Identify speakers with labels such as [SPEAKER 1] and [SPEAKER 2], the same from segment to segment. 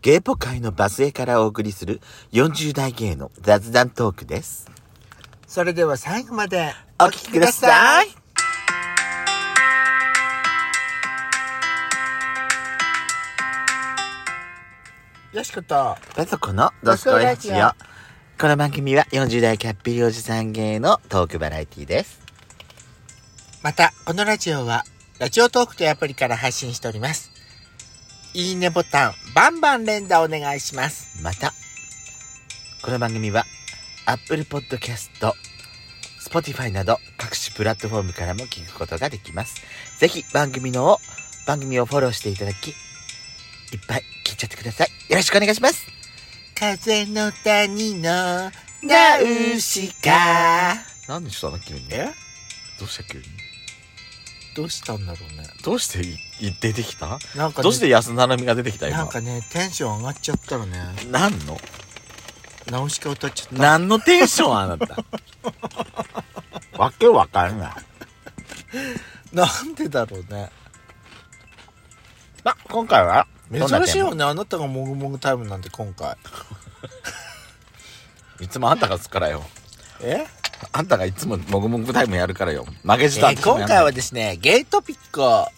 [SPEAKER 1] ゲイポ界のバスへからお送りする40代芸の雑談トークです。
[SPEAKER 2] それでは最後まで
[SPEAKER 1] お聞きください。
[SPEAKER 2] よしこと
[SPEAKER 1] ペソコのドスコイラジオ。この番組は40代キャッピリおじさん芸のトークバラエティです。
[SPEAKER 2] またこのラジオはラジオトークというアプリから配信しておりますいいねボタンバンバン連打お願いします
[SPEAKER 1] また、この番組は Apple Podcast、Spotify など各種プラットフォームからも聞くことができます。ぜひ番組のを、番組をフォローしていただき、いっぱい聞いちゃってください。よろしくお願いします。
[SPEAKER 2] 風の谷の
[SPEAKER 1] ナ
[SPEAKER 2] ナ
[SPEAKER 1] ウ
[SPEAKER 2] ウ
[SPEAKER 1] シ
[SPEAKER 2] シ
[SPEAKER 1] カ
[SPEAKER 2] カ
[SPEAKER 1] なんでしたの急にどうした急に
[SPEAKER 2] どうしたんだろうね
[SPEAKER 1] どうしてい出てきた
[SPEAKER 2] なんかね
[SPEAKER 1] どうして安ななみが出てきた
[SPEAKER 2] なん
[SPEAKER 1] 今
[SPEAKER 2] かねテンション上がっちゃったらね
[SPEAKER 1] 何の
[SPEAKER 2] ナウシカ歌っちゃった
[SPEAKER 1] 何のテンションあなた わけわかんない
[SPEAKER 2] なんでだろうね
[SPEAKER 1] ま今回はどんな
[SPEAKER 2] 珍しいよ
[SPEAKER 1] テ
[SPEAKER 2] ねあなたがもぐもぐタイムなんて今回
[SPEAKER 1] ーマいつもあんたがつからよ
[SPEAKER 2] え
[SPEAKER 1] あんたがいつももぐもぐタイムやるからよ負けじ
[SPEAKER 2] え
[SPEAKER 1] とあん
[SPEAKER 2] ー
[SPEAKER 1] た
[SPEAKER 2] 今回はですねゲートピックを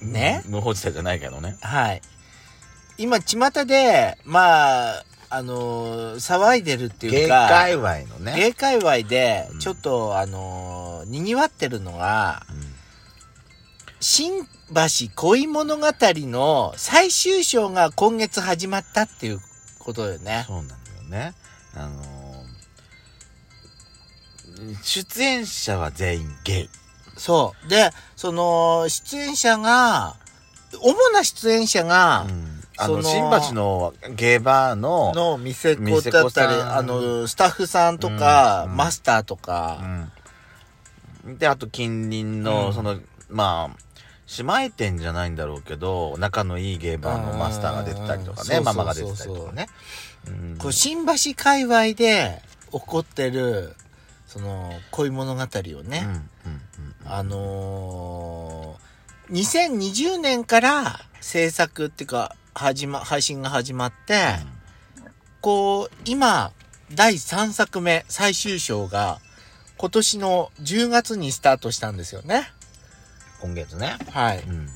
[SPEAKER 2] ね、
[SPEAKER 1] 無法地帯じゃないけどね
[SPEAKER 2] はい今巷でまああのー騒いでるっていうか
[SPEAKER 1] 隈の
[SPEAKER 2] 芸界隈で
[SPEAKER 1] うん
[SPEAKER 2] ちょっと、あのーにぎわってるのが
[SPEAKER 1] うん
[SPEAKER 2] 新橋恋物語の最終章が今月始まったっていうことよね
[SPEAKER 1] そうなんだよねあのー出演者は全員ゲイ
[SPEAKER 2] そうでその出演者が主な出演者が、
[SPEAKER 1] あの
[SPEAKER 2] そ
[SPEAKER 1] 新
[SPEAKER 2] の
[SPEAKER 1] 橋のゲイバーの
[SPEAKER 2] の店
[SPEAKER 1] 店
[SPEAKER 2] 子
[SPEAKER 1] 子
[SPEAKER 2] だったり、
[SPEAKER 1] さん
[SPEAKER 2] あの、スタッフさんとか、
[SPEAKER 1] うん
[SPEAKER 2] マスターとか、
[SPEAKER 1] うん、であと近隣の、
[SPEAKER 2] うん
[SPEAKER 1] そのまあ姉妹店じゃないんだろうけど仲のいいゲイバーのマスターが出てたりとかね
[SPEAKER 2] うん
[SPEAKER 1] ママが出てたりとかね、うん
[SPEAKER 2] こう、新橋界隈で起こってる、その、恋物語を
[SPEAKER 1] うん
[SPEAKER 2] ね、
[SPEAKER 1] うんうん
[SPEAKER 2] あのー、2020年から制作っていうか、始ま、配信が始まって、こう、今、第3作目、最終章が、今年の10月にスタートしたんですよね。
[SPEAKER 1] 今月ね、
[SPEAKER 2] はい。
[SPEAKER 1] うん、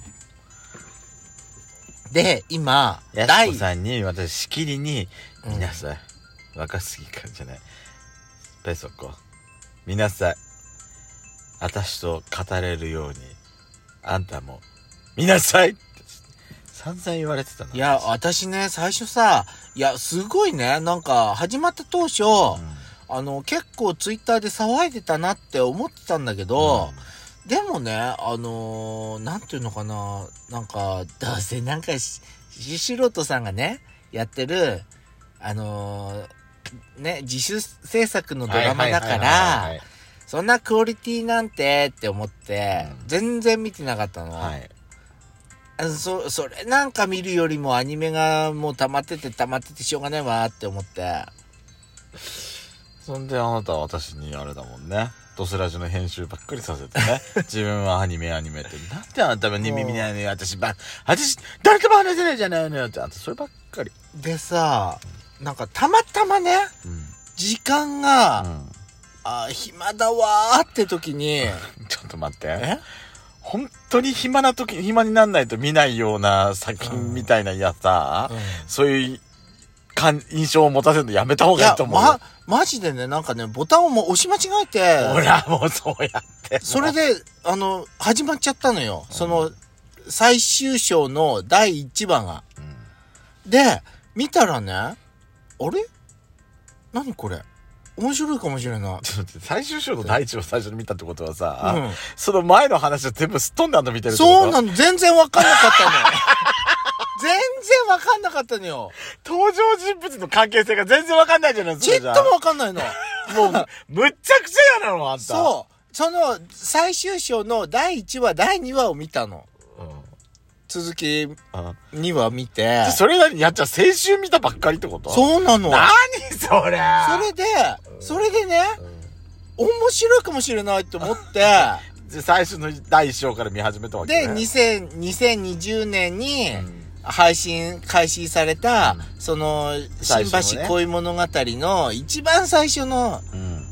[SPEAKER 2] で、今、
[SPEAKER 1] や
[SPEAKER 2] 第
[SPEAKER 1] す子さんに私しきりに「
[SPEAKER 2] うん
[SPEAKER 1] 見なさい若すぎかんじゃないペソコ見なさい私と語れるようにあんたも見なさい!」って散々言われてたない
[SPEAKER 2] や、私ね、最初さ、いや、すごいね、なんか、始まった当初、
[SPEAKER 1] う
[SPEAKER 2] あの、結構ツイッターで騒いでたなって思ってたんだけど、でもね、あのーなんていうのかな、なんか、どうせなんかし、し素人さんがね、やってる、あのーね、自主制作の
[SPEAKER 1] ん
[SPEAKER 2] ドラマだか
[SPEAKER 1] はい
[SPEAKER 2] ら、そんなクオリティなんてって思って、
[SPEAKER 1] うん
[SPEAKER 2] 全然見てなかったの。
[SPEAKER 1] はいはいはいはい
[SPEAKER 2] あのそそれなんか見るよりもアニメがもう溜まってて溜まっててしょうがないわって思って
[SPEAKER 1] そんであなたは私にあれだもんねドスラジの編集ばっかりさせて ね自分はアニメアニメってなんであなたに耳ないのよ私ば私誰とも話せないじゃないのよってあんたそればっかり、
[SPEAKER 2] でさなんかたまたまね時間が、
[SPEAKER 1] うん
[SPEAKER 2] あ暇だわーって時に
[SPEAKER 1] ちょっと待って。本当に暇な時、暇になんないと見ないような作品みたいなやさ、そういう感印象を持たせるのやめた方が
[SPEAKER 2] い
[SPEAKER 1] い
[SPEAKER 2] や
[SPEAKER 1] いと思うよ。
[SPEAKER 2] まマジでねなんかねボタンをもう押し間違え
[SPEAKER 1] ほ
[SPEAKER 2] て
[SPEAKER 1] ら、もうそうやって。
[SPEAKER 2] それ、であの始まっちゃったのよ、その最終章の第1話がで見たらねあれ何これ面白いかもしれない
[SPEAKER 1] ちょっと待って最終章の第一を最初に見たってことはさ、
[SPEAKER 2] うん
[SPEAKER 1] その前の話を全部すっ飛んであんの見てるってこと
[SPEAKER 2] そうなの全然わかんなかったの 全然わかんなかったのよ
[SPEAKER 1] 登場人物の関係性が全然わかんないじゃない
[SPEAKER 2] ちっともわかんないの
[SPEAKER 1] も。もう、むっちゃくちゃやなの、あんた。
[SPEAKER 2] そうその最終章の第1話第2話を見たの
[SPEAKER 1] うん。
[SPEAKER 2] 続き
[SPEAKER 1] うん。
[SPEAKER 2] 2話見て
[SPEAKER 1] でそれなりにやっちゃん先週見たばっかりってことう。
[SPEAKER 2] そうなの
[SPEAKER 1] 何それ
[SPEAKER 2] それでそれでね面白いかもしれないと思って
[SPEAKER 1] で最初の第一章から見始めたわけ、
[SPEAKER 2] で
[SPEAKER 1] ね、
[SPEAKER 2] 2000 2020年に、
[SPEAKER 1] うん
[SPEAKER 2] 配信開始された、
[SPEAKER 1] うん
[SPEAKER 2] その、
[SPEAKER 1] 最
[SPEAKER 2] 新
[SPEAKER 1] 初のね
[SPEAKER 2] 橋恋物語の一番最初の
[SPEAKER 1] うん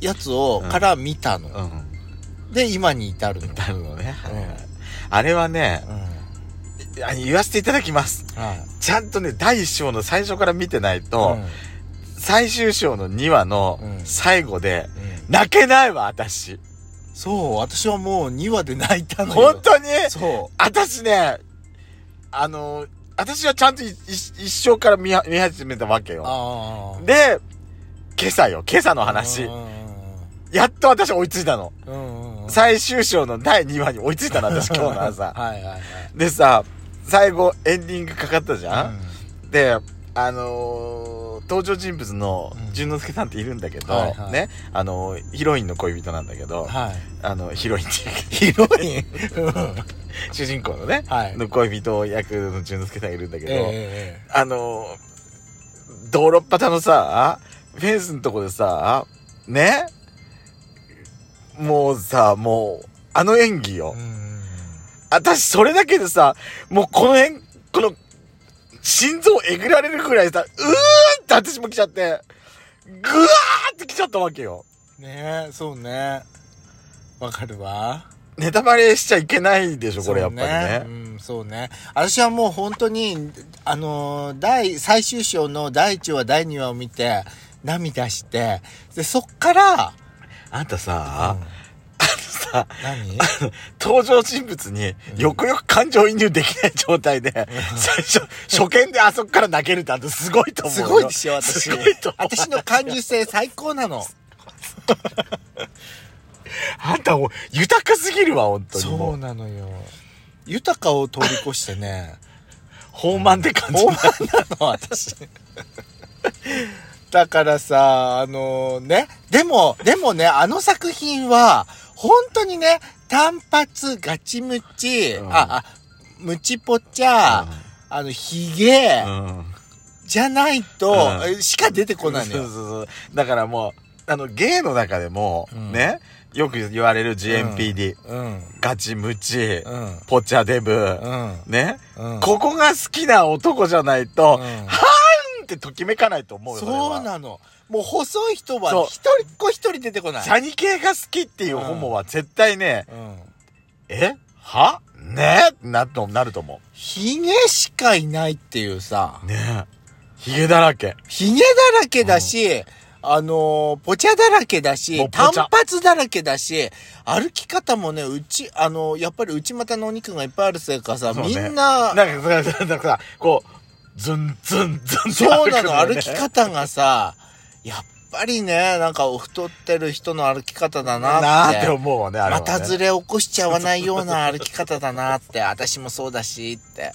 [SPEAKER 2] やつを、
[SPEAKER 1] うん
[SPEAKER 2] から見たの。
[SPEAKER 1] うん
[SPEAKER 2] で、今に至るの。
[SPEAKER 1] なるのね、はいはいうあれはね
[SPEAKER 2] うん。
[SPEAKER 1] あ言わせていただきます
[SPEAKER 2] はい。
[SPEAKER 1] ちゃんとね第1章の最初から見てないと、
[SPEAKER 2] うん
[SPEAKER 1] 最終章の2話の
[SPEAKER 2] うん
[SPEAKER 1] 最後で、
[SPEAKER 2] うん
[SPEAKER 1] 泣けないわ私
[SPEAKER 2] そう、私はもう2話で泣いたのよ。
[SPEAKER 1] 本当に
[SPEAKER 2] そ
[SPEAKER 1] 私ねあの私はちゃんといい一生から見は見始めたわけ
[SPEAKER 2] う。
[SPEAKER 1] よ
[SPEAKER 2] ああ。
[SPEAKER 1] で今朝よ今朝の話
[SPEAKER 2] うん
[SPEAKER 1] やっと私追いついたの
[SPEAKER 2] うんうんうん。
[SPEAKER 1] 最終章の第2話に追いついたの 私今日の朝
[SPEAKER 2] はいはいはい。
[SPEAKER 1] でさ最後エンディングかかったじゃん、
[SPEAKER 2] う
[SPEAKER 1] であのー登場人物の
[SPEAKER 2] うん
[SPEAKER 1] 淳之介さんっているんだけど、
[SPEAKER 2] はいはい
[SPEAKER 1] ねあのーヒロインの恋人なんだけど
[SPEAKER 2] んはい。
[SPEAKER 1] あのヒロインっていうか
[SPEAKER 2] ヒロインうん
[SPEAKER 1] 主人公のね、
[SPEAKER 2] はい。
[SPEAKER 1] の恋人役の淳之介さんがいるんだけど、
[SPEAKER 2] え
[SPEAKER 1] あのー道路っ端のさフェンスのとこでさねもうさもうあの演技よ、
[SPEAKER 2] えうん
[SPEAKER 1] 私それだけでさもうこの辺この心臓えぐられるくらいさうーんって私も来ちゃってぐわーって来ちゃったわけよ
[SPEAKER 2] ねえ、そうね。わかるわ。
[SPEAKER 1] ネタバレしちゃいけないでしょこれやっぱり
[SPEAKER 2] そう
[SPEAKER 1] ね
[SPEAKER 2] ね。うん、そうね。私はもう本当に、あのー、第、最終章の第1話、第2話を見て、涙して、で、そっから、
[SPEAKER 1] あんたさ、
[SPEAKER 2] うん
[SPEAKER 1] さ
[SPEAKER 2] 何
[SPEAKER 1] 登場人物によくよく感情移入できない状態で、最初初見であそこから泣けるってあんたすごいと思う
[SPEAKER 2] す
[SPEAKER 1] よ
[SPEAKER 2] ごいでしょ、私。
[SPEAKER 1] すごいと思う
[SPEAKER 2] 私の感受性最高なの。
[SPEAKER 1] あんたもう豊かすぎるわ本当にも
[SPEAKER 2] そう
[SPEAKER 1] う
[SPEAKER 2] なのよ。豊かを通り越してね。
[SPEAKER 1] 豊満で感じ
[SPEAKER 2] 傲慢なの私だからさあのねでもでもねあの作品は本当にね単発ガチムチ、
[SPEAKER 1] うん
[SPEAKER 2] ああムチポチャ、あのヒゲ
[SPEAKER 1] うん
[SPEAKER 2] じゃないと、
[SPEAKER 1] う
[SPEAKER 2] しか出てこないの
[SPEAKER 1] そう
[SPEAKER 2] よ、
[SPEAKER 1] そうそうだからもうあの芸の中でも、
[SPEAKER 2] うん
[SPEAKER 1] ねよく言われる GMPD、
[SPEAKER 2] うん
[SPEAKER 1] ガチムチ、
[SPEAKER 2] うん
[SPEAKER 1] ポチャデブ、
[SPEAKER 2] うん
[SPEAKER 1] ね、
[SPEAKER 2] うん
[SPEAKER 1] ここが好きな男じゃないと、
[SPEAKER 2] うん
[SPEAKER 1] はーんってときめかないと思うよ
[SPEAKER 2] そうなのもう細い人は
[SPEAKER 1] そう
[SPEAKER 2] 一人っ子一人出てこない
[SPEAKER 1] シャニ系が好きっていうホモは絶対ね、
[SPEAKER 2] うん
[SPEAKER 1] えはねなとなると思
[SPEAKER 2] ヒゲしかいないっていうさ
[SPEAKER 1] うねヒゲだらけ
[SPEAKER 2] ヒゲだらけだし、あのーぽちゃだらけだ
[SPEAKER 1] も
[SPEAKER 2] し
[SPEAKER 1] う、ぽ
[SPEAKER 2] 単
[SPEAKER 1] ちゃ
[SPEAKER 2] 発だらけだし、歩き方もね、うち、あのーやっぱり内股のお肉がいっぱいあるせいか さ、
[SPEAKER 1] そう
[SPEAKER 2] み
[SPEAKER 1] ね
[SPEAKER 2] んな、
[SPEAKER 1] なんかさなんかさこうズンズンズンって
[SPEAKER 2] そうなの、
[SPEAKER 1] よね
[SPEAKER 2] 歩き方がさ、やっぱりね、なんか太ってる人の歩き方だな
[SPEAKER 1] な
[SPEAKER 2] っ
[SPEAKER 1] ー
[SPEAKER 2] て。
[SPEAKER 1] って思うわねあれは
[SPEAKER 2] ま
[SPEAKER 1] ね
[SPEAKER 2] たずれ起こしちゃわないような歩き方だな って、私もそうだしって。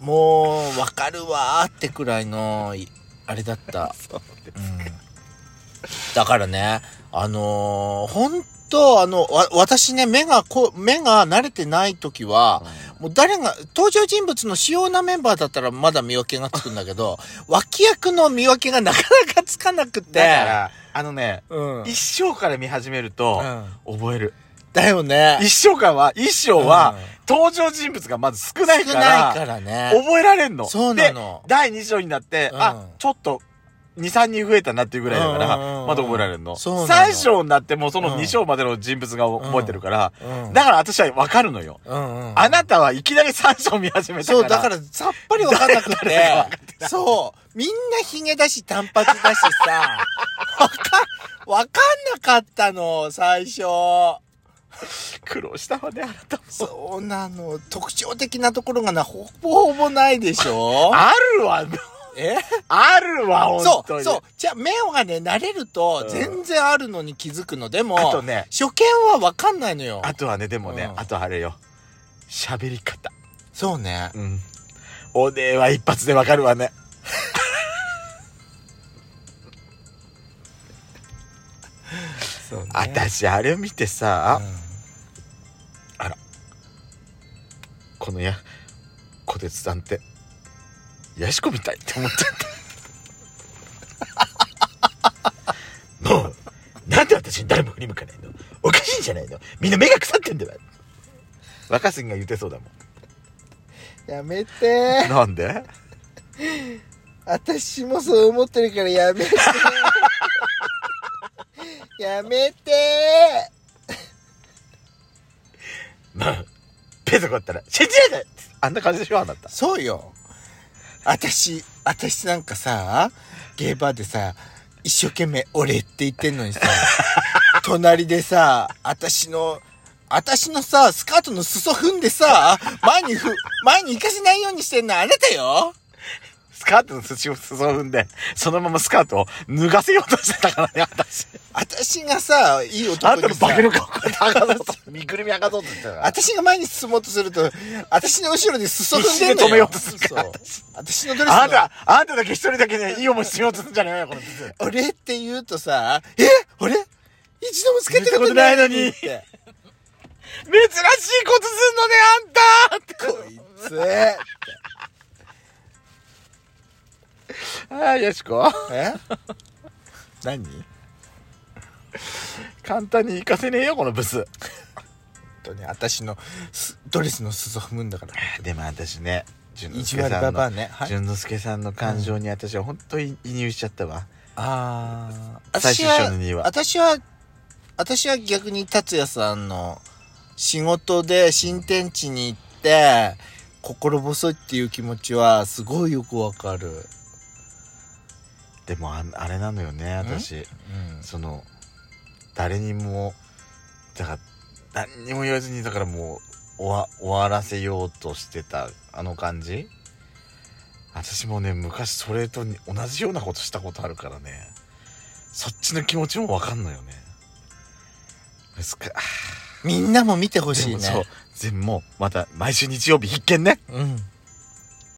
[SPEAKER 2] もう、わかるわーってくらいの、いあれ だった。だからね、あのー、本当あの、わ、私ね、目がこう、目が慣れてない時は、もう誰が、登場人物の主要なメンバーだったらまだ見分けがつくんだけ ど、脇役の見分けがなかなかつかなくて。
[SPEAKER 1] だから、あのね、
[SPEAKER 2] うん。
[SPEAKER 1] 一生から見始めると、覚える。
[SPEAKER 2] だよね。
[SPEAKER 1] 一生からは、一生は、登場人物がまず少ない
[SPEAKER 2] 少
[SPEAKER 1] か
[SPEAKER 2] ない
[SPEAKER 1] ら、
[SPEAKER 2] からね。
[SPEAKER 1] 覚えられんの。
[SPEAKER 2] そうなの
[SPEAKER 1] で、第2章になって、
[SPEAKER 2] うん
[SPEAKER 1] あ、ちょっと、2、3人増えたなっていうぐらいだか
[SPEAKER 2] うんうんうんう
[SPEAKER 1] ら、
[SPEAKER 2] ん
[SPEAKER 1] まだ覚えられんの。
[SPEAKER 2] そうなの
[SPEAKER 1] 3章になってもうその
[SPEAKER 2] うん
[SPEAKER 1] 2章までの人物が覚えてるから、
[SPEAKER 2] うん
[SPEAKER 1] だから私はわかるのよ。
[SPEAKER 2] うんうん
[SPEAKER 1] あなたはいきなり3章見始めたから。
[SPEAKER 2] そう、だからさっぱりわかんなくて
[SPEAKER 1] 誰が分か。
[SPEAKER 2] そう。みんなヒゲだし、短髪だしさ。わか、わかんなかったの、最初。
[SPEAKER 1] 苦労したわね、あなたも。
[SPEAKER 2] そうなの。特徴的なところがな、ほぼほぼないでしょ
[SPEAKER 1] あるわ、
[SPEAKER 2] え
[SPEAKER 1] あるわ、
[SPEAKER 2] そ
[SPEAKER 1] 本当
[SPEAKER 2] う、
[SPEAKER 1] に。
[SPEAKER 2] そう。じゃあ、メオがね、慣れると
[SPEAKER 1] う、ん
[SPEAKER 2] 全然あるのに気づくの。でも、
[SPEAKER 1] あとね
[SPEAKER 2] 初見はわかんないのよ。
[SPEAKER 1] あとはね、でもね、
[SPEAKER 2] うん
[SPEAKER 1] あとあれよ。喋り方。
[SPEAKER 2] そうね。
[SPEAKER 1] うん。おねえは一発でわかるわね。
[SPEAKER 2] そうね。
[SPEAKER 1] 私、あれ見て
[SPEAKER 2] う
[SPEAKER 1] さ、
[SPEAKER 2] ん
[SPEAKER 1] このや、小鉄さんって、ヤシコみたいって思っちゃった。 もう、なんで私に誰も振り向かないのおかしいんじゃないのみんな目が腐ってんだわ。若杉が言ってそうだもん。
[SPEAKER 2] やめて
[SPEAKER 1] なんで
[SPEAKER 2] 私もそう思ってるからや めてやめて
[SPEAKER 1] まあペソコったら信じられないあんな感じでしょあなた
[SPEAKER 2] そうよ私私なんかさゲーバーでさ一生懸命「俺」って言ってんのに さ隣でさ私の私のさスカートの裾踏んでさ前にふ前に行かせないようにしてんのあなたよ
[SPEAKER 1] スカートの土を裾踏んでそのままスカートを脱がせようとしてたからね私
[SPEAKER 2] 私がさいい
[SPEAKER 1] あ
[SPEAKER 2] 男
[SPEAKER 1] んた
[SPEAKER 2] に
[SPEAKER 1] の
[SPEAKER 2] さ
[SPEAKER 1] 化けの顔こうやって剥がそうと身ぐるみ剥がそうとしてたから
[SPEAKER 2] 私が前に進もうとすると私の後ろで裾踏んでん
[SPEAKER 1] 必死
[SPEAKER 2] の
[SPEAKER 1] で止めよ
[SPEAKER 2] よ
[SPEAKER 1] うとするから
[SPEAKER 2] そう私のドレスの
[SPEAKER 1] あんたあんただけ一人だけねいい思いしようとするんじゃないよこの靴
[SPEAKER 2] 俺って言うとさえ俺一度もつけたことないのに
[SPEAKER 1] 見た
[SPEAKER 2] っ
[SPEAKER 1] こ
[SPEAKER 2] て
[SPEAKER 1] 珍しいことすんのねあんた
[SPEAKER 2] こいつえ
[SPEAKER 1] ああ、よしこ。
[SPEAKER 2] 何
[SPEAKER 1] 簡単に行かせねえよ、このブス。
[SPEAKER 2] とね私のすドレスの裾踏むんだから
[SPEAKER 1] でも私ね、純
[SPEAKER 2] 意
[SPEAKER 1] 之
[SPEAKER 2] 地
[SPEAKER 1] 助
[SPEAKER 2] 悪
[SPEAKER 1] さ
[SPEAKER 2] バ
[SPEAKER 1] ん
[SPEAKER 2] バア
[SPEAKER 1] の、
[SPEAKER 2] ね、はい、
[SPEAKER 1] 純之助さんの感情に私は本当に移入しちゃったわ。
[SPEAKER 2] ああ
[SPEAKER 1] 最
[SPEAKER 2] 私
[SPEAKER 1] 終章の
[SPEAKER 2] は
[SPEAKER 1] 2話。
[SPEAKER 2] 私は私は逆に達也さんの仕事で新天地に行って心細いっていう気持ちはすごいよくわかる、
[SPEAKER 1] でもあ、あれなのよね、私。
[SPEAKER 2] うん
[SPEAKER 1] その、誰にも、だから、何にも言わずに、だからもう、終わ、終わらせようとしてた、あの感じ。私もね、昔それとに同じようなことしたことあるからね。そっちの気持ちもわかんのよね。難か
[SPEAKER 2] みんなも見てほ
[SPEAKER 1] で
[SPEAKER 2] しい
[SPEAKER 1] も
[SPEAKER 2] ね
[SPEAKER 1] そう全部もうまた毎週日曜日必見ね
[SPEAKER 2] うん